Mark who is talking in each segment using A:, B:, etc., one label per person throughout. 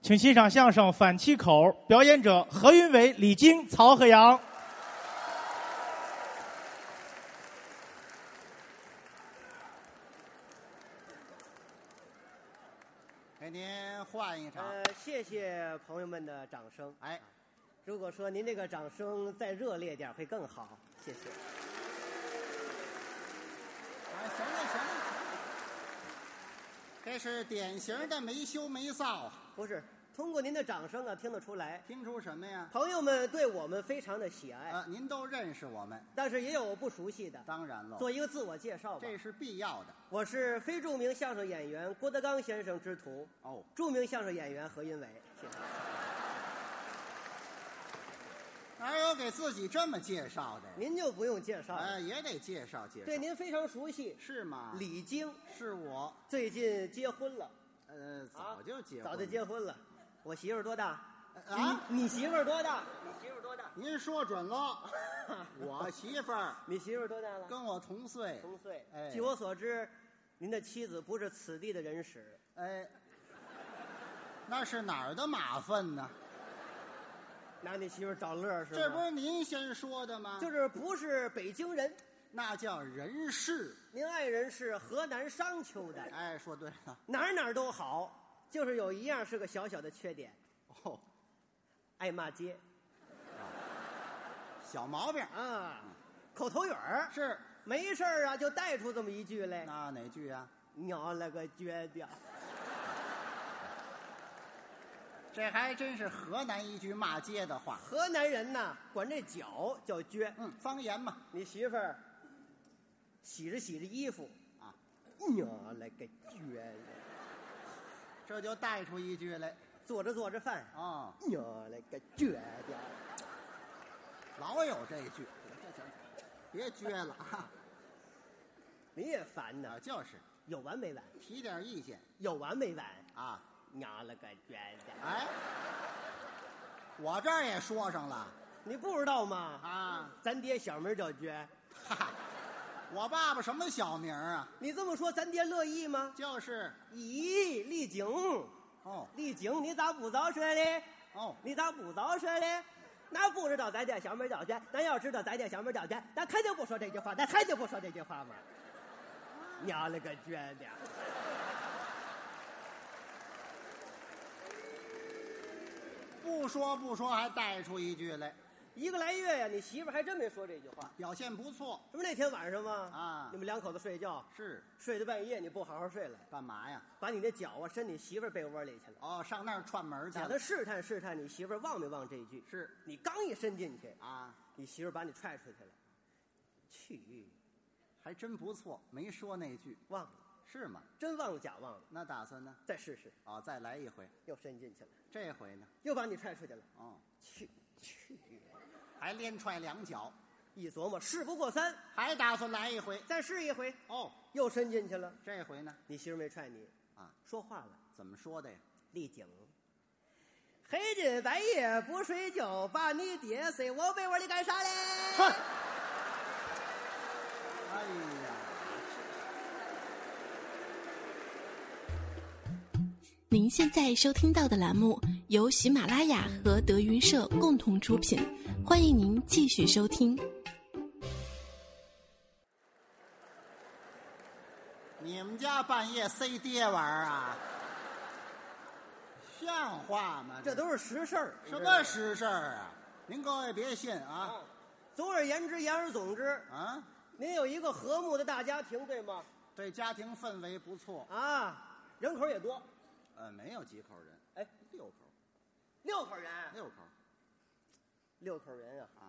A: 请欣赏相声《反七口》，表演者何云伟、李菁、曹鹤阳。
B: 给您换一场。
C: 呃，谢谢朋友们的掌声。
B: 哎，
C: 如果说您这个掌声再热烈点儿会更好，谢谢。
B: 哎，行了行了，这是典型的没羞没臊啊！
C: 不是，通过您的掌声啊，听得出来，
B: 听出什么呀？
C: 朋友们对我们非常的喜爱，
B: 啊，您都认识我们，
C: 但是也有不熟悉的。
B: 当然喽，
C: 做一个自我介绍吧，
B: 这是必要的
C: 我是非著名相声演员郭德纲先生之徒，
B: 哦。
C: 著名相声演员何云伟。谢谢。
B: 哪有给自己这么介绍的呀？
C: 您就不用介绍了，
B: 哎，也得介绍介绍。
C: 对您非常熟悉。
B: 是吗？
C: 李菁
B: 是我，
C: 最近结婚了，
B: 呃，
C: 啊
B: 早就结婚了，
C: 早就结婚了。我媳妇儿多大？
B: 啊！
C: 你你媳妇儿多大？你媳妇儿多大？
B: 您说准 了，我媳妇儿
C: 你媳妇儿多大了？
B: 跟我同岁，
C: 同岁。
B: 哎
C: 据我所知，您的妻子不是此地的人使。
B: 哎，那是哪儿的马粪呢？
C: 拿你媳妇儿找乐儿是吗？
B: 这不是您先说的吗？
C: 就是不是北京人？
B: 那叫人事。
C: 您爱人是河南商丘的，
B: 哎，说对了。
C: 哪儿哪儿都好，就是有一样是个小小的缺点，
B: 哦，
C: 爱骂街
B: 小毛病
C: 啊，口头语儿。
B: 是
C: 没事儿啊，就带出这么一句来，
B: 那哪句啊？
C: 鸟了个撅掉。
B: 这还真是河南一句骂街的话。
C: 河南人呐，管这脚叫撅。
B: 嗯，方言嘛。
C: 你媳妇儿洗着洗着衣服
B: 啊，
C: 娘了个撅呀！
B: 这就带出一句来
C: 做着做着饭，
B: 啊、
C: 娘了个撅掉。
B: 老有这句。别撅了啊！
C: 你也烦
B: 啊，
C: 呐，
B: 就是
C: 有完没完？
B: 提点意见
C: 有完没完？
B: 啊！
C: 娘了个撅掉！
B: 哎，我这儿也说上了
C: 你不知道吗？
B: 啊！
C: 咱爹小名叫撅，
B: 哈哈，我爸爸什么小名儿啊？
C: 你这么说，咱爹乐意吗？
B: 就是
C: 咦，丽景，
B: 哦
C: 丽景，你咋不早说嘞？
B: 哦，
C: 你咋不早说嘞？那不知道咱家小妹叫娟，咱要知道咱家小妹叫娟，咱肯定不说这句话，咱肯定不说这句话嘛。娘了个娟的！
B: 不说不说，还带出一句来，
C: 一个来月呀、你媳妇还真没说这句话。
B: 表现不错
C: 这不那天晚上吗？
B: 啊
C: 你们两口子睡觉，
B: 是
C: 睡到半夜，你不好好睡了，
B: 干嘛呀？
C: 把你的脚啊伸你媳妇被窝里去了，
B: 哦，上那儿串门去
C: 打
B: 了
C: 算试探试探你媳妇忘没忘这一句。
B: 是
C: 你刚一伸进去，
B: 啊，
C: 你媳妇把你踹出去了，去
B: 还真不错，没说那句
C: 忘了，
B: 是吗？
C: 真忘了假忘了，
B: 那打算呢？
C: 再试试，
B: 哦，再来一回，
C: 又伸进去了，
B: 这回呢？
C: 又把你踹出去了。
B: 哦，
C: 去去，
B: 还连踹两脚，
C: 一琢磨事不过三，
B: 还打算来一回
C: 再试一回，
B: 哦，
C: 又伸进去了。
B: 这回呢？
C: 你媳妇没踹你
B: 啊，
C: 说话了，
B: 怎么说的呀？
C: 丽景。黑这白夜不睡觉，把你爹塞我被窝里干啥嘞？
B: 哎呀，
D: 您现在收听到的栏目由喜马拉雅和德云社共同出品，欢迎您继续收听。
B: 你们家半夜塞爹玩儿啊？像话吗？
C: 这都是实事儿。
B: 什么实事儿啊？您各位别信啊！
C: 总而言之，言而总之，
B: 啊，
C: 您有一个和睦的大家庭，对吗？
B: 这家庭氛围不错。
C: 啊，人口也多，
B: 呃，没有几口人，
C: 哎，
B: 六口，
C: 六口人，
B: 六口
C: 六口人啊，
B: 啊？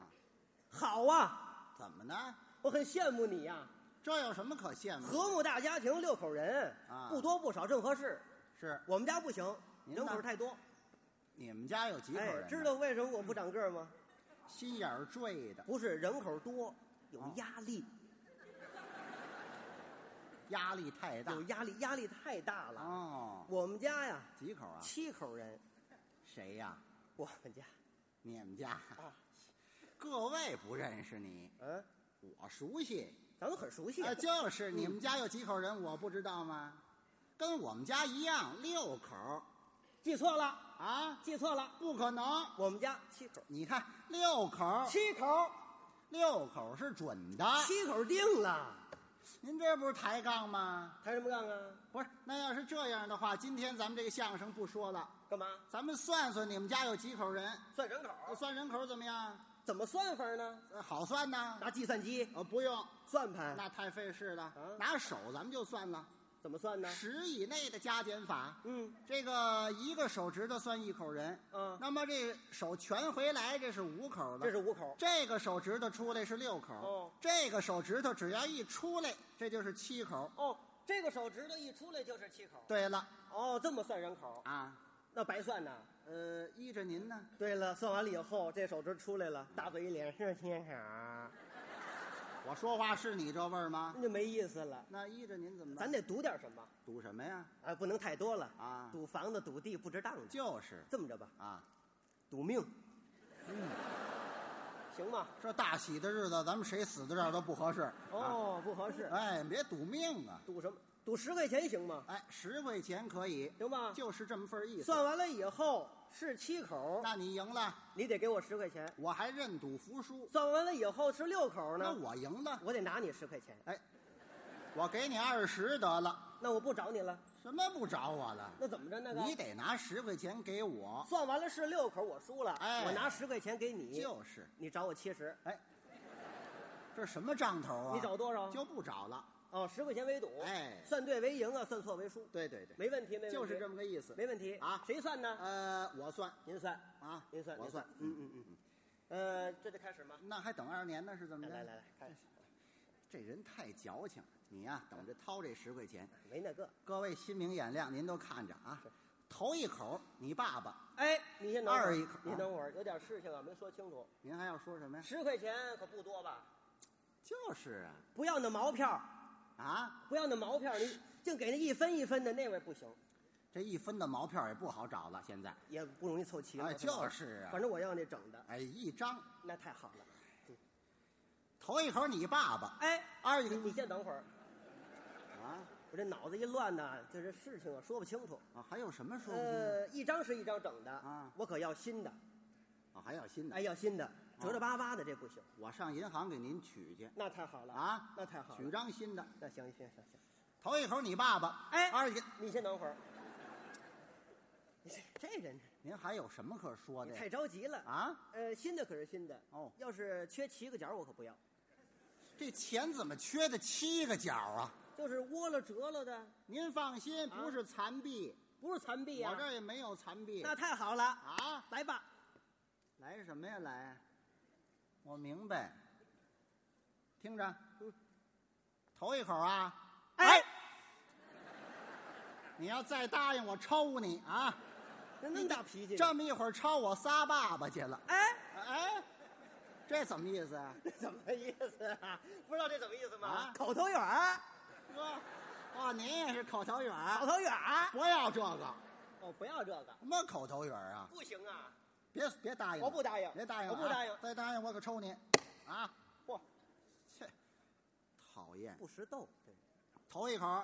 C: 好啊，
B: 怎么呢？
C: 我很羡慕你呀、
B: 这有什么可羡慕的？
C: 和睦大家庭，六口人
B: 啊
C: 不多不少，正合适。
B: 是
C: 我们家不行，
B: 您
C: 人口
B: 呢
C: 太多。
B: 你们家有几口
C: 哎
B: 人，呢？
C: 知道为什么我不长个儿吗？
B: 心眼儿坠的，
C: 不是人口多，有压力，
B: 压力太大
C: 有。压力，压力太大了。
B: 哦，
C: 我们家呀，
B: 几口啊？
C: 七口人，
B: 谁呀？
C: 我们家
B: 你们家？
C: 啊，
B: 各位不认识你，
C: 嗯，
B: 我熟悉。
C: 咱们很熟悉。
B: 啊，就是你们家有几口人，我不知道吗？跟我们家一样，六口儿。
C: 记错了，
B: 啊，
C: 记错了，
B: 不可能！
C: 我们家七口，
B: 你看六口，
C: 哦七口，啊
B: 六口是准的。
C: 七口定了，
B: 您这不是抬杠吗？
C: 抬什么杠啊？
B: 不是，那要是这样的话，今天咱们这个相声不说了，
C: 干嘛？
B: 咱们算算你们家有几口人，呃
C: 算人口？
B: 算人口怎么样？
C: 怎么算法呢？
B: 呃好算呐？
C: 拿计算机、
B: 呃，不用，
C: 算盘，
B: 那太费事了
C: 啊。
B: 拿手咱们就算了，
C: 怎么算呢？
B: 十以内的加减法。
C: 嗯，
B: 这个一个手指头算一口人，
C: 嗯
B: 那么这手全回来，这是五口了。
C: 这是五口，
B: 这个手指头出来是六口，
C: 哦
B: 这个手指头只要一出来，这就是七口。
C: 哦，这个手指头一出来就是七口，
B: 对了
C: 哦，这么算人口，
B: 啊，
C: 那白算呐。
B: 呃，依着您呢，
C: 对了，算完了以后，这手指出来了，大嘴一咧，是天上，
B: 我说话是你这味儿吗？
C: 那就没意思了。
B: 那依着您怎么办？
C: 咱得赌点什么
B: 赌什么呀？
C: 啊？不能太多了
B: 啊
C: 赌房子、赌地不值当的。
B: 就是
C: 这么着吧，
B: 啊，
C: 赌命，嗯，行吗？
B: 这大喜的日子，咱们谁死在这儿都不合适。
C: 哦，不合适。
B: 哎，别赌命啊！
C: 赌什么？赌十块钱行吗？
B: 哎，十块钱可以，
C: 行吧。
B: 就是这么份儿意思。
C: 算完了以后是七口，
B: 那你赢了，
C: 你得给我十块钱。
B: 我还认赌服输。
C: 算完了以后是六口
B: 那
C: 呢，
B: 我赢了，
C: 我得拿你十块钱。
B: 哎，我给你二十得了，
C: 那我不找你了，
B: 什么不找我了？
C: 那怎么着？那个
B: 你得拿十块钱给我，
C: 算完了是六口，我输了，
B: 哎
C: 我拿十块钱给你，
B: 就是，
C: 你找我七十，
B: 哎，这什么账头啊？
C: 你找多少？
B: 就不找了，
C: 哦，十块钱为赌，
B: 哎
C: 算对为赢啊，算错为输，
B: 对对对，
C: 没问题，没问题，
B: 就是这么个意思。
C: 没问题
B: 啊
C: 谁算呢？
B: 呃，我算
C: 您算，
B: 啊，
C: 您算，
B: 我
C: 您
B: 算，
C: 嗯嗯嗯嗯，呃，这就开始吗？
B: 那还等二年呢，是怎么
C: 来
B: 着？
C: 来来来，开始，
B: 这人太矫情了，你呀、等着掏这十块钱。
C: 没那个，
B: 各位心明眼亮，您都看着啊，头一口你爸爸，
C: 哎，你先等会儿
B: 二一口
C: 你等会儿，有点事情啊，没说清楚，
B: 您还要说什么呀？
C: 十块钱可不多吧？
B: 就是
C: 不要那毛票，
B: 啊，啊，
C: 不要那毛票，你净给那一分一分的那位不行，
B: 这一分的毛票也不好找了，现在，
C: 也不容易凑齐了。
B: 哎，
C: 是吧
B: 就是啊
C: 反，正我要那整的，
B: 哎，一张，
C: 那太好了。
B: 头一口你爸爸，
C: 哎，
B: 二一
C: 你
B: 口
C: 你先等会儿，
B: 啊
C: 我这脑子一乱呐，这这事情啊说不清楚。
B: 啊，还有什么说不清的？
C: 呃，一张是一张整的
B: 啊
C: 我可要新的，
B: 啊，还要新的
C: 哎，，要新的，折折巴巴的这不行。
B: 我上银行给您取去
C: 那太好了
B: 啊，
C: 那太好
B: 取
C: 了。
B: 张新的。
C: 那行行行行，
B: 头一口你爸爸，
C: 哎
B: 二一口
C: 你先等会儿。你这这人
B: 您还有什么可说
C: 你
B: 的
C: 太
B: 呀？
C: 着急了！
B: 啊，
C: 呃，新的可是新的
B: 哦
C: 要是缺七个角儿我可不要，
B: 这钱怎么缺的七个角啊？
C: 就是窝了折了的，
B: 您放心，
C: 啊
B: 不是残壁，
C: 不是残壁啊。
B: 我这儿也没有残壁。
C: 那太好了，
B: 啊，
C: 来吧，
B: 来什么呀来？我明白，听着，
C: 嗯
B: 头一口啊，
C: 哎，
B: 你要再答应我抽你啊！
C: 那那么大脾气，
B: 这么一会儿抽我仨爸爸去了，
C: 哎，
B: 哎，这怎么意思啊？
C: 这 怎么意思啊？不知道这怎么意思吗？
B: 啊
C: 口头语儿，
B: 哥，哇，啊您也是口头语儿？啊
C: 口头语儿，
B: 不要这个，
C: 哦，不要这个，
B: 什么口头语儿啊？
C: 不行啊！
B: 别别答应了，
C: 我不答应
B: 别答应了啊，
C: 我不答应
B: 再答应我可抽你，啊！
C: 嚯，
B: 切，讨厌！
C: 不识逗，对
B: 头一口，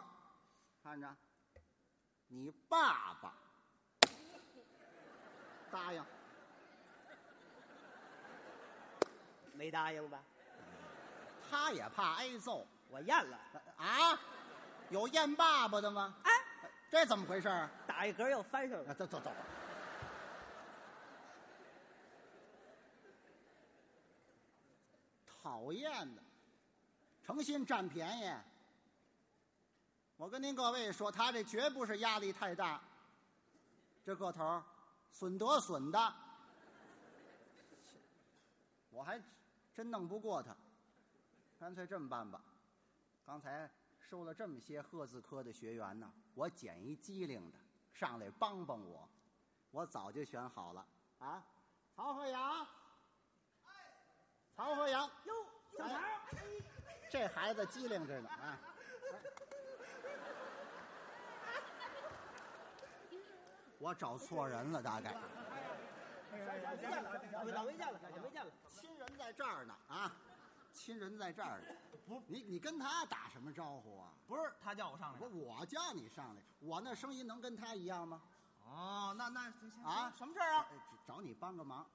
B: 看着，你爸爸答应，
C: 没答应吧？
B: 他也怕挨揍
C: 我咽了，
B: 啊？有验爸爸的吗？
C: 哎，
B: 这怎么回事啊？
C: 打一嗝又翻上
B: 啊，
C: 了，
B: 等等等会儿。讨厌的，诚心占便宜。我跟您各位说，他这绝不是压力太大，这个头儿损得损的，我还真弄不过他。干脆这么办吧，刚才收了这么些赫字科的学员呢，我捡一机灵的上来帮帮我，我早就选好了啊。曹鹤阳，曹鹤阳，哎
C: 哟，小孩儿，
B: 这孩子机灵着呢啊。我找错人了，大概
C: 老没见了，老没见了，
B: 亲人在这儿呢啊，亲人在这儿呢。不，你你跟他打什么招呼啊？
E: 不是他叫我上来
B: 不
E: 的
B: 是，我叫你上来，我那声音能跟他一样吗？
E: 哦，那那
B: 啊
E: 什么事儿啊？
B: 呃找你帮个忙，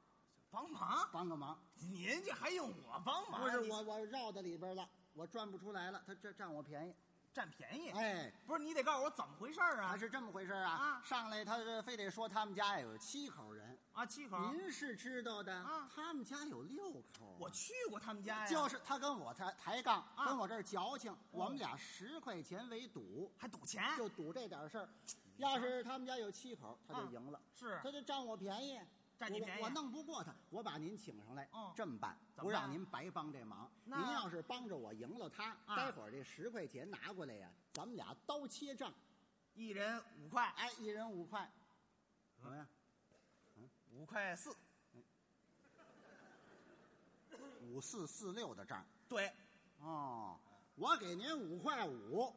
E: 帮忙？
B: 帮个忙。
E: 您这还用我帮忙？
B: 不是
E: 你
B: 我，我绕到里边了，我赚不出来了，他这占我便宜。
E: 占便宜。
B: 哎，
E: 不是你得告诉我怎么回事儿
B: 他
E: 啊？
B: 是这么回事啊？
E: 啊
B: 上来他是非得说他们家有七口人，
E: 啊，七口。
B: 您是知道的
E: 啊
B: 他们家有六口啊。
E: 我去过他们家呀，
B: 就是他跟我抬抬杠，
E: 啊
B: 跟我这儿矫情，我们俩十块钱为赌，
E: 还赌钱，
B: 就赌这点事儿。
E: 哎
B: 要是他们家有七口，他就赢了，
E: 是
B: 他就占我便宜，
E: 占你
B: 我
E: 便宜啊
B: 我弄不过他，我把您请上来
E: 哦，
B: 这么办，
E: 怎么
B: 不让
E: 办
B: 您白帮这忙。您
E: 那
B: 要是帮着我赢了他，
E: 啊
B: 待会儿这十块钱拿过来呀，咱们俩刀切账，
E: 一人五块，
B: 哎，一人五块，怎么样？
E: 五块四。
B: 五四四六的账
E: 对，
B: 哦，我给您五块五，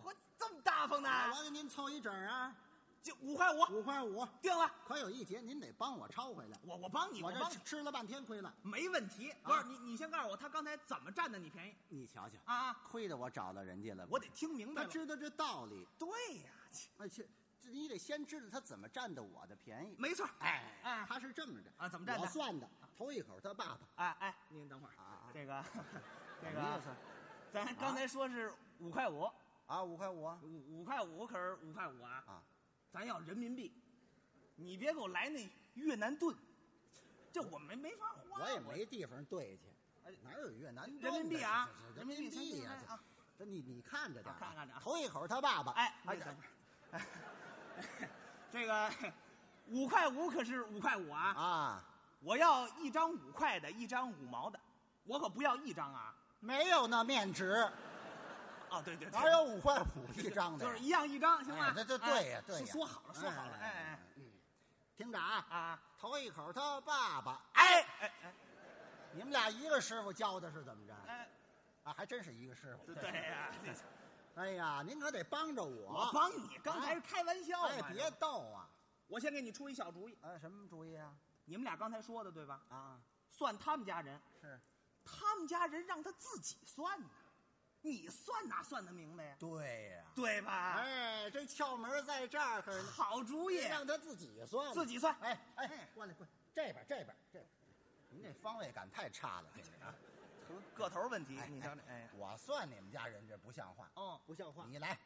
E: 嚯，这么大方呢？
B: 我给您凑一整啊，
E: 就五块五，
B: 五块五。
E: 定了。
B: 可有一节，您得帮我抄回来。
E: 我我帮你，
B: 我
E: 我啊
B: 这
E: 帮你
B: 吃，吃了半天亏了，
E: 没问题。不是你，你先告诉我他刚才怎么占的你便宜
B: 你瞧瞧，
E: 啊？啊，
B: 亏得我找到人家了。
E: 我得听明
B: 他
E: 白了。
B: 知道这道理，
E: 对呀，切
B: 而且这你得先知道他怎么占的我的便宜。
E: 没错。
B: 哎
E: 哎
B: 他是这么着
E: 啊怎么占的
B: 我算的，头一口他爸爸
E: 哎哎，您等会儿
B: 啊哎
E: 这个这
B: 什么意
E: 个，
B: 思
E: 咱刚才说是五块五，
B: 啊？五块五
E: 五五块五可是五块五啊，
B: 啊，
E: 咱要人民币，你别给我来那越南盾，这我没没法花。
B: 我也没地方兑去
E: 哎，
B: 哪有越南盾的
E: 人民币啊
B: 这这，这人
E: 人
B: 民
E: 民
B: 币
E: 币
B: 呀
E: 啊，
B: 这这你你看着点儿
E: 啊看看着啊
B: 头一口他爸爸，
E: 哎，
B: 哎
E: 哎，等会儿， 这个五块五可是五块五啊！
B: 啊，
E: 我要一张五块的，一张五毛的，我可不要一张啊！
B: 没有那面值，
E: 哦，对对，对
B: 哪有五块五一张的呀？
E: 就是一样一张，行吗
B: 哎哎？这这对呀对呀
E: 说说好了，说好了，
B: 哎哎
E: 哎
B: 听着啊
E: 哎，啊！
B: 头一口他爸爸，
E: 哎哎哎
B: 你们俩一个师傅教的是怎么着？
E: 哎，
B: 啊，还真是一个师傅。
E: 对对 呀，这
B: 哎呀，您可得帮着
E: 我
B: 我，
E: 帮你，刚才是开玩笑
B: 哎，
E: 嘛。
B: 别逗啊！
E: 我先给你出一小主意，
B: 啊，什么主意啊？
E: 你们俩刚才说的对吧？
B: 啊，
E: 算他们家人，
B: 是
E: 他们家人让他自己算呢，你算哪算得明白呀？
B: 对呀、
E: 对吧？
B: 哎，这窍门在这儿呢，
E: 好主意，
B: 让他自己算，
E: 哎自。己算。
B: 哎哎，过来过来，这边这边这边，您这方位感太差了，这个啊！
E: 个头问题
B: 哎，
E: 你瞧这，哎，
B: 我算你们家人这不像话。
E: 哦，
C: 不像话，
B: 你来，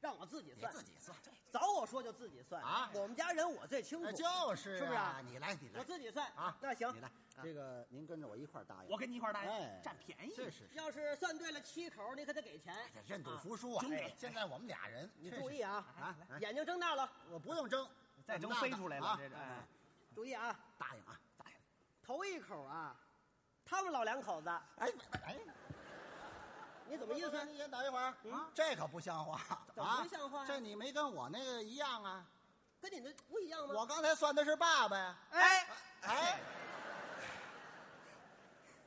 C: 让我自己
B: 你
C: 算，
B: 自己算，
C: 早我说就自己算
B: 啊
C: 我们家人我最清楚，
B: 哎就是
C: 是不是啊
B: 你来，你来
C: 我，自己算
B: 啊，
C: 那行
B: 你，来，这个您跟着我一块儿答应。
E: 我跟你一块儿答
B: 哎
E: 应，占便宜。
B: 是是是，
C: 要是算对了七口，你可得给钱。
B: 这认赌服输啊！
E: 真给
B: 现在我们俩人，
C: 你
B: 真是
C: 注意啊，
B: 啊！哎
C: 眼睛睁大了，
B: 我不用争，
E: 再
B: 这
E: 争
B: 么大
E: 飞
B: 的
E: 出来
B: 啊
E: 了，这是。哎
C: 注意啊，
B: 答应啊，答应。
C: 头一口啊，他们老两口子，
B: 哎哎，
C: 你怎么意思？
B: 你先等一会儿啊
C: 嗯，
B: 这可不像话
C: 怎么
B: 啊！
C: 不像话呀
B: 这你没跟我那个一样啊！
C: 跟你那不一样吗？
B: 我刚才算的是爸爸呀。
E: 哎，
B: 哎，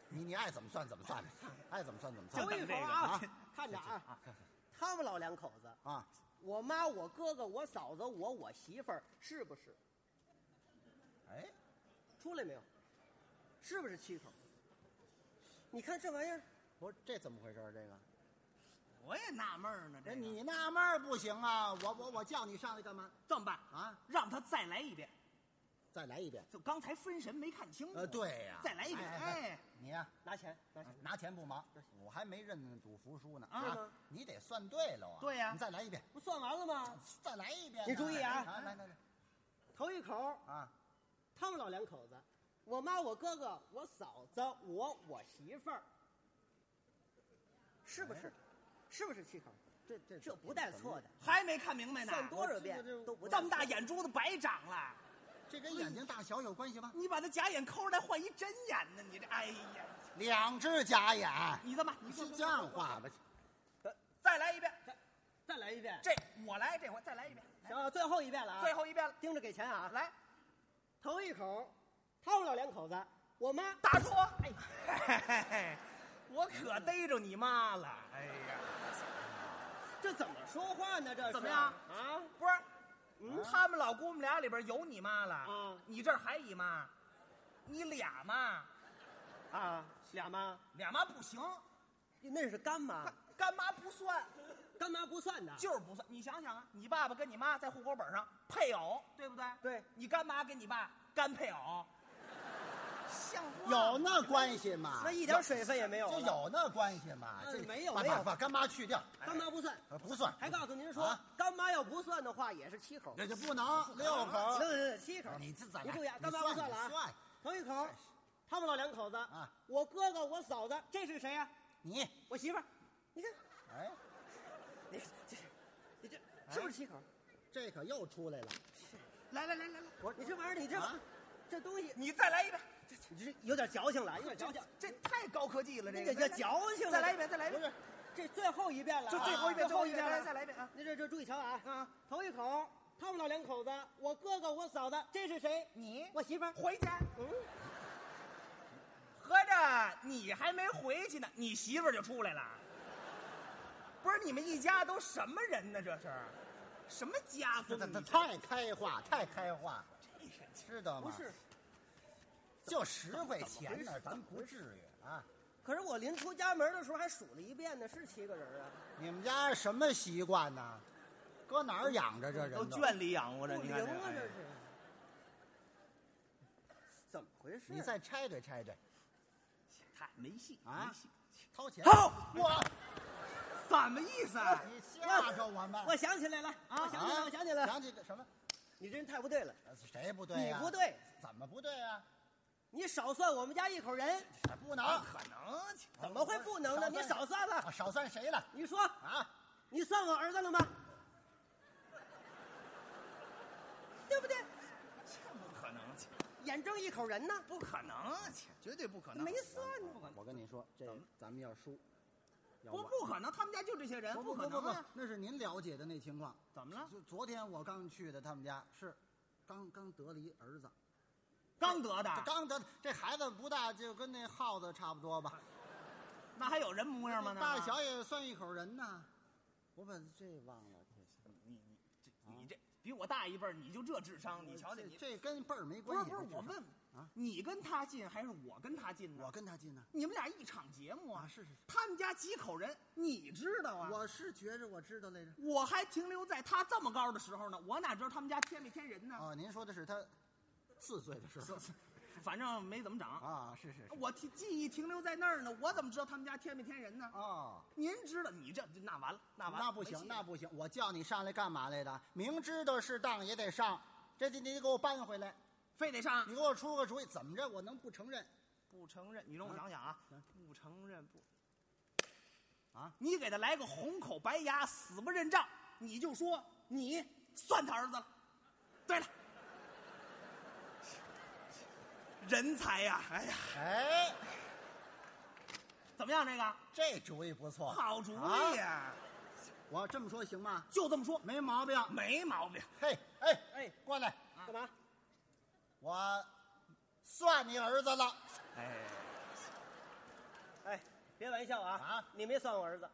B: 你你爱怎么算怎么算吧，
C: 哎
B: 爱怎么算怎么算
E: 就
C: 头
E: 等
C: 一
E: 这
C: 口
E: 个
C: 啊
B: 啊，
C: 看着啊，他们老两口子，
B: 啊！
C: 我妈、我哥哥、我嫂子、我、我媳妇儿，是不是？
B: 哎，
C: 出来没有？是不是七口？你看这玩意儿，
B: 不是这怎么回事儿？这
C: 哎
B: 个，
E: 我也纳闷儿呢，
B: 哎，
E: 这个
B: 你纳闷儿不行啊！我我我叫你上来干嘛
E: 这么办，
B: 啊？
E: 让他再来一遍。
B: 再来一遍。
E: 就刚才分神没看
C: 嗯
E: 清楚。
B: 呃，，对呀、
E: 再来一遍。哎，
B: 你呀、
C: 拿钱，拿钱。
B: 哎拿钱不忙，我还没认赌服输呢
E: 啊
B: 你得算对了啊！
E: 对呀
B: 你再来一遍，
C: 不算完了吗？
B: 再来一遍啊。
C: 你注意啊
B: 来来来来
C: 头一口，
B: 啊！
C: 他们老两口子，我妈、我哥哥、我嫂子、我、我媳妇儿，是不是？是不是七口？
B: 这这
C: 这不带错的，，
E: 还没看明白呢。
C: 算多少遍
B: 我这这
C: 都不带
E: 哎这么
C: 错
E: 大眼珠子白长了，
B: 这跟眼睛大小有关系吗？
E: 你把他假眼抠出来换一真眼呢？你这，哎呀，
B: 两只假眼，
E: 你这么，你
B: 是
E: 说
B: 这样画吧？
E: 再来一遍，
C: 再来一遍。
E: 这我来，这回再来一遍，
C: 行啊，最后一遍了啊！
E: 最后一遍了，
C: 盯着给钱啊！
E: 来，
C: 头一口，他们老两口子，我妈
E: 大叔，哎， 我可逮着你妈了，哎呀，
C: 这怎么说话呢？这是
E: 怎么样
C: 啊？
E: 不是，嗯他们老姑母俩里边有你妈了，
C: 啊
E: 你这儿还一妈，你俩妈，
C: 啊，俩妈，
E: 俩妈不行，
C: 那是干妈，
E: 干妈不算，
C: 干嘛不算呢？
E: 就是不算。你想想啊，你爸爸跟你妈在户口本上配偶，对不对？
C: 对，
E: 你干妈跟你爸干配偶，像话吗
B: 有那关系吗？
C: 那一点水分也没有
B: 就
C: 了
B: 有那关系吗？
C: 嗯
B: 这
C: 没有
B: 把
C: 没有
B: 把把干妈去掉，
C: 干嘛不算？
B: 呃不算，
C: 还告诉您说
B: 啊，
C: 干妈要不算的话，也是七口。啊
B: 这就不能六口
C: 对。对对，七口。
B: 你这咋？
C: 您注意啊，
B: 你
C: 干妈不
B: 算
C: 了
B: 你
C: 啊
B: 算。
C: 头一口，他们老两口子
B: 啊，
C: 我哥哥我嫂子，这是谁呀？
B: 你，
C: 我媳妇儿。你看，
B: 哎，
C: 你看这是，你这是不是七口？
B: 这可又出来了。
C: 嗯
E: 来来来来来，
C: 我你这玩意儿，你这
B: 啊
C: 这东西，
E: 你再来一遍，
C: 你这有点矫情了，有点矫情。
E: 这太高科技了，这
C: 你
E: 个
C: 这叫矫情了
E: 再来一遍，再来一
C: 不
E: 遍，
C: 是，这最后一遍了啊，
E: 就最后一遍，
C: 最后一遍
E: 再来
C: 了，
E: 再来一遍啊！
C: 那这这注意瞧啊啊！头一口，他们老两口子，我哥哥我嫂子，这是谁？
E: 你
C: 我媳妇 儿。
E: 回家，
C: 嗯，
E: 合着你还没回去呢，你媳妇儿就出来了。不是你们一家都什么人呢？这是，什么家风
B: 这？这这
E: 你
B: 太开化，太开化了，知道
C: 不
B: 吗？
C: 是，
B: 就十块钱呢，咱不至于啊。
C: 可是我临出家门的时候还数了一遍呢，是七个人啊。
B: 你们家什么习惯呢？搁哪儿养着这人？
E: 都圈里养活着，
C: 不
E: 你
C: 灵
E: 看这
C: 啊，这
E: 哎
C: 是。怎么回事？
B: 你再拆对拆对，
E: 太没戏
B: 啊
E: 没戏
B: 掏钱。
E: 好
B: 我，
E: 什么意思 啊？
B: 你吓着我们。
C: 我想起来了啊！我想起来了，
B: 啊
C: 我想起来了，
B: 想起个什么？呃
C: 你这人太不对了，
B: 谁不对
C: 你
B: 呀？
C: 不，对，
B: 怎么不对呀？
C: 你少算我们家一口人，
B: 还不能，
E: 可能
C: 怎么会不能呢？你少算
B: 啊
C: 了，
B: 少算谁了？
C: 你说
B: 啊，
C: 你算我儿子了吗？对不对？
E: 不可能，
C: 眼睁一口人呢，
E: 不可能，绝对不可能，
C: 没算呢。
B: 我跟你说，这咱们要输，要
E: 不
B: 晚
E: 不可能，他们家就这些人，
B: 不
E: 可能啊！
B: 那是您了解的那情况。
E: 怎
C: 啊
E: 么了？
B: 就昨天我刚去的他们家，是刚刚得了一儿子，
E: 刚得的
B: 这，刚得这孩子不大，就跟那耗子差不多吧，
E: 那还有人模样吗？那
B: 大小也算一口人呐。我把这忘了，
E: 你你这你这比我大一辈儿，你就这智商，你瞧瞧
B: 这
E: 你。
B: 呃这跟辈儿没
E: 不
B: 关系。
E: 是不是，我问
B: 啊，
E: 你跟他近还是我跟他近呢？
B: 我跟他近呢。
E: 你们俩一场节目
B: 啊，
E: 啊，
B: 是是是，
E: 他们家几口人，你知道啊？
B: 我是觉着我知道来着。
E: 我还停留在他这么高的时候呢，我哪知道他们家添没添人呢？
B: 啊，您说的是他四岁的时候
E: 反正没怎么长。
B: 啊，是是是
E: 我记记忆停留在那儿呢，我怎么知道他们家添没添人呢？
B: 啊。
E: 您知道，你这那完了，那完了，
B: 那不
E: 没戏
B: 行，那不行！我叫你上来干嘛来的？明知道是当也得上，这你你得给我搬回来，
E: 非得上
B: 你。给我出个主意，怎么着我能不承认？
E: 不承认，你容我想想啊，不承认不
B: 啊，
E: 你给他来个红口白牙，死不认账，你就说你算他儿子了。对了，人才呀、哎呀，
B: 哎，
E: 怎么样？这个
B: 这主意不错，
E: 好主意呀、
B: 我这么说行吗？
E: 就这么说，
B: 没毛病。
E: 没毛病。
B: 嘿，哎
C: 哎，
B: 过来，
C: 干嘛？
B: 我算你儿子了。
E: 哎，
C: 哎，别玩笑啊！
B: 啊，
C: 你没算我儿子，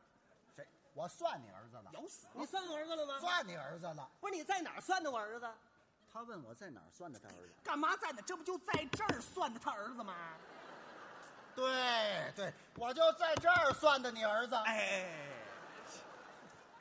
B: 谁？我算你儿子了，
E: 有死
C: 你算我儿子了吗？
B: 算你儿子了。
C: 不是你在哪儿算的我儿子？
B: 他问我在哪儿算的他儿子？
E: 干嘛在呢？这不就在这儿算的他儿子吗？
B: 对对，我就在这儿算的你儿子。
E: 哎，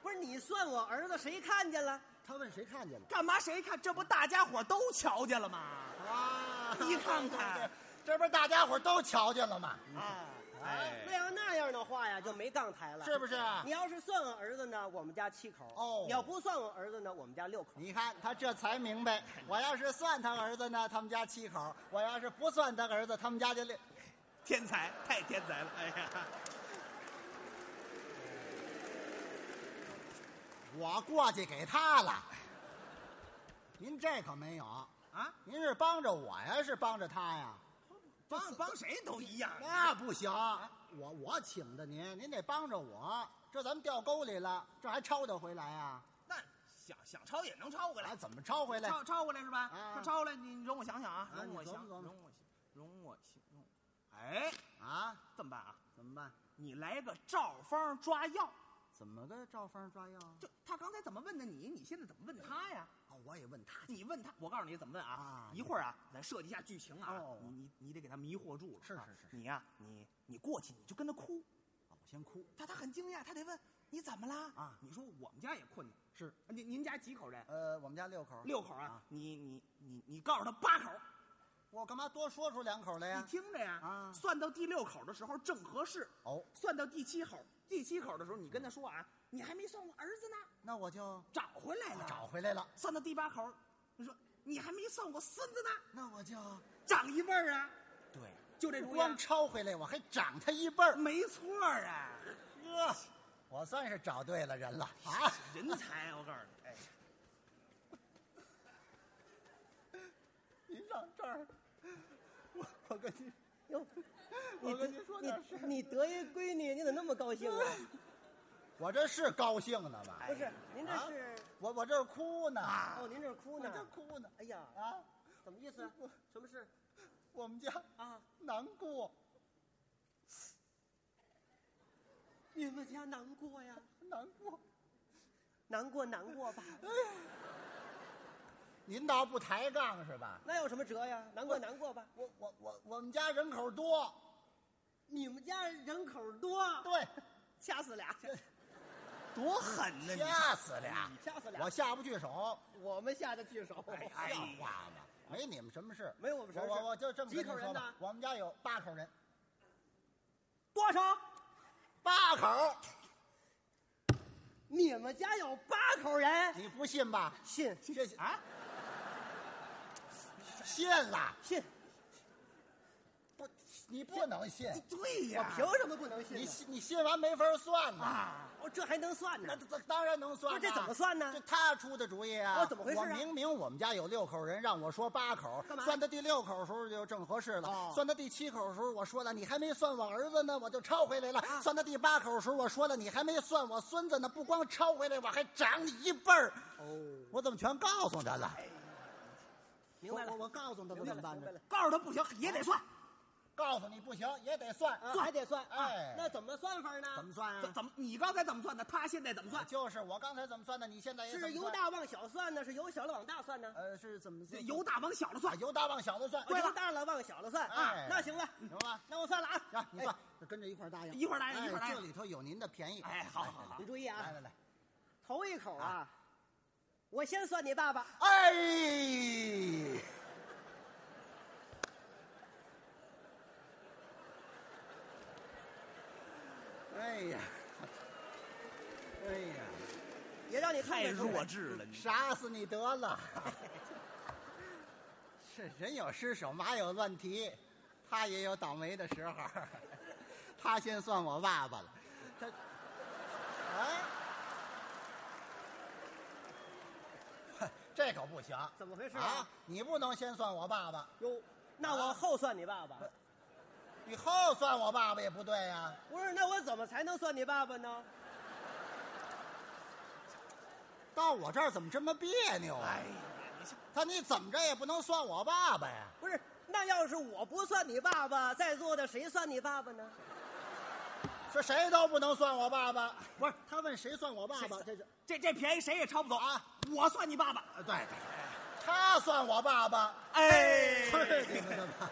C: 不是你算我儿子，谁看见了？
B: 他问谁看见了？
E: 干嘛？谁看？这不大家伙都瞧见了吗？
B: 啊，
E: 你看看
B: 对，对对这不是大家伙都瞧见了吗？
E: 啊，
C: 那要那样的话呀，就没杠台
B: 哎
C: 了，
B: 是不是？
C: 你要是算我儿子呢，我们家七口；
B: 哦
C: 你要不算我儿子呢，我们家六口。
B: 你看他这才明白，我要是算他儿子呢，他们家七口；我要是不算他儿子，他们家就六。
E: 天才，太天才了！哎呀，
B: 我过去给他了。您这可没有，
E: 啊，
B: 您是帮着我呀，是帮着他呀？
E: 帮帮谁都一样。
B: 那不行，我我请的您，您得帮着我。这咱们掉沟里了，这还抄得回来呀？
E: 那想想抄也能抄回
B: 啊，
E: 来，
B: 怎么抄回来？
E: 抄抄回来是吧？
B: 啊
E: 那抄回来，你容我想想啊，
B: 啊
E: 容我
B: 你琢
E: 想，
B: 磨琢磨
E: 容我想，容我想，容我。哎，
B: 啊？
E: 这么办啊？
B: 怎么办？
E: 你来个照方抓药。
B: 怎么个照方抓药啊？
E: 就他刚才怎么问的你，你现在怎么问他呀？
B: 哦，我也问他去。
E: 你问他，我告诉你怎么问啊
B: 啊！
E: 一会儿啊，咱设计一下剧情啊
B: 哦，
E: 你你你得给他迷惑住了啊。
B: 是是是
E: 你呀，你你过去你就跟他哭，
B: 哦我先哭。
E: 他他很惊讶，他得问你你怎么啦？
B: 啊
E: 你说我们家也困难，
B: 是，
E: 啊您您家几口人？
B: 呃，我们家六口，
E: 六口啊
B: 啊，
E: 你你你你告诉他八口，
B: 我干嘛多说出两口来
E: 你
B: 呀？
E: 听着呀，
B: 啊
E: 算到第六口的时候正合适，
B: 哦，
E: 算到第七口，第七口的时候你跟他说啊，你还没算我儿子呢，
B: 那我就
E: 找回来了，
B: 啊找回来了，
E: 算到第八口，你说你还没算我孙子呢，
B: 那我就
E: 长一辈儿啊，
B: 对，
E: 就这
B: 不
E: 主意
B: 光
E: 啊，
B: 抄回来，我还长他一辈儿，
E: 没错儿啊，
B: 呵，我算是找对了人了啊！
E: 人才，我告诉你，哎，
B: 您上这儿，我我跟您，
C: 哟，
B: 我跟您说点事儿
C: 你你得一闺女，你怎么那么高兴 啊？
B: 我这是高兴呢吗？
C: 不是，您这
B: 啊
C: 是
B: 我我这儿哭呢，
C: 哦，您这是哭
B: 我这
C: 呢？
B: 哭呢
C: 哎呀，
B: 啊！
C: 怎么意思？什么事
B: 我们家
C: 啊？
B: 难过，
C: 你们家难过呀？
B: 难过。
C: 难过难过 吧？
B: 您倒不抬杠是吧？
C: 那有什么辙呀？难过难过吧？
B: 我我我我们家人口多，
C: 你们家人口多，
B: 对，
C: 掐死 俩，
E: 多狠呐你！
B: 吓死俩，
C: 掐死俩。
B: 我下不去手，
C: 我们下得去手。
E: 哎呀
B: 像话吗？没你们什么事，
C: 没我们什么事
B: 我我我就这么跟
C: 几
B: 你
C: 口人
B: 说吧
C: 呢
B: 我们家有八口人，
C: 多少？
B: 八 口，
C: 你们家有八口人？
B: 你不信吧？
C: 信
B: 这
E: 啊，
B: 信了，
C: 信，
B: 不，你不能信，
E: 对
C: 我
E: 呀，
C: 凭什么不能信
B: 你
C: 呢？
B: 信你信完没法算呢。
E: 啊，
C: 哦，这还能算
B: 那
C: 呢？
B: 这当然能算
C: 不
B: 了，
C: 是这怎么算呢
B: 这他出的主意啊！
C: 哦怎么回事啊
B: 我明明我们家有六口人，让我说八口，
C: 干嘛
B: 算到第六口的时候就正合适了。
C: 哦
B: 算到第七口的时候，我说了你还没算我儿子呢，我就抄回来了。
C: 啊
B: 算到第八口的时候，我说了你还没算我孙子呢，不光抄回来，我还长你一辈儿。
C: 哦，哎
B: 我怎么全告诉他了？
C: 明白了
B: 我我我告诉他不
C: 明白
B: 怎
C: 了
B: 么办
C: 明白了
B: 呢？
E: 告诉他不行也得算，
B: 告诉你不行也得算，
C: 啊，还得算啊
B: 哎。
C: 那怎么算法呢？
B: 怎么算啊
E: 怎？怎么你刚才怎么算的，他现在怎么算？
B: 就是我刚才怎么算的，你现在也怎
C: 是
B: 么
C: 由
B: 算？
C: 大往小算呢？是由小了往大算呢？
B: 呃是怎么算？
E: 由大往小了
B: 啊
E: 算，
B: 由大往小的算，
C: 啊由大了往小了算啊
B: 哎？
C: 那行了，
B: 行吧？
C: 那我算了啊。
B: 啊，你算，跟着一块儿答应，
E: 一块儿答应一块儿答应
B: 哎这里头有您的便宜。
E: 哎好好好
C: 你注意
B: 来
C: 啊，
B: 来来，
C: 头一口啊，我先算你爸爸。
B: 哎，哎呀，哎呀，
C: 也让你看
E: 太
C: 看出来
E: 弱智了你。
B: 杀死你得了！是人有失手，马有乱蹄，他也有倒霉的时候。他先算我爸爸了，他，哎，这可不行。
C: 怎么回事
B: 啊
C: 啊？？
B: 你不能先算我爸爸，
C: 哟，那我后算你爸爸。
B: 你后算我爸爸也不对啊呀、
C: 不是，那我怎么才能算你爸爸呢？
B: 到我这儿怎么这么别扭啊
E: 哎？呀，你
B: 他你怎么着也不能算我爸爸呀？
C: 不是，那要是我不算你爸爸，在座的谁算你爸爸呢？
B: 说谁都不能算我爸爸，不是他问谁算啊我
C: 哎
B: 爸爸？这是
E: 这这便宜谁也抄不走
B: 啊！
E: 我
B: 哎
E: 算你爸爸，
B: 对，他算我爸爸，
E: 哎，
B: 去你们的吧！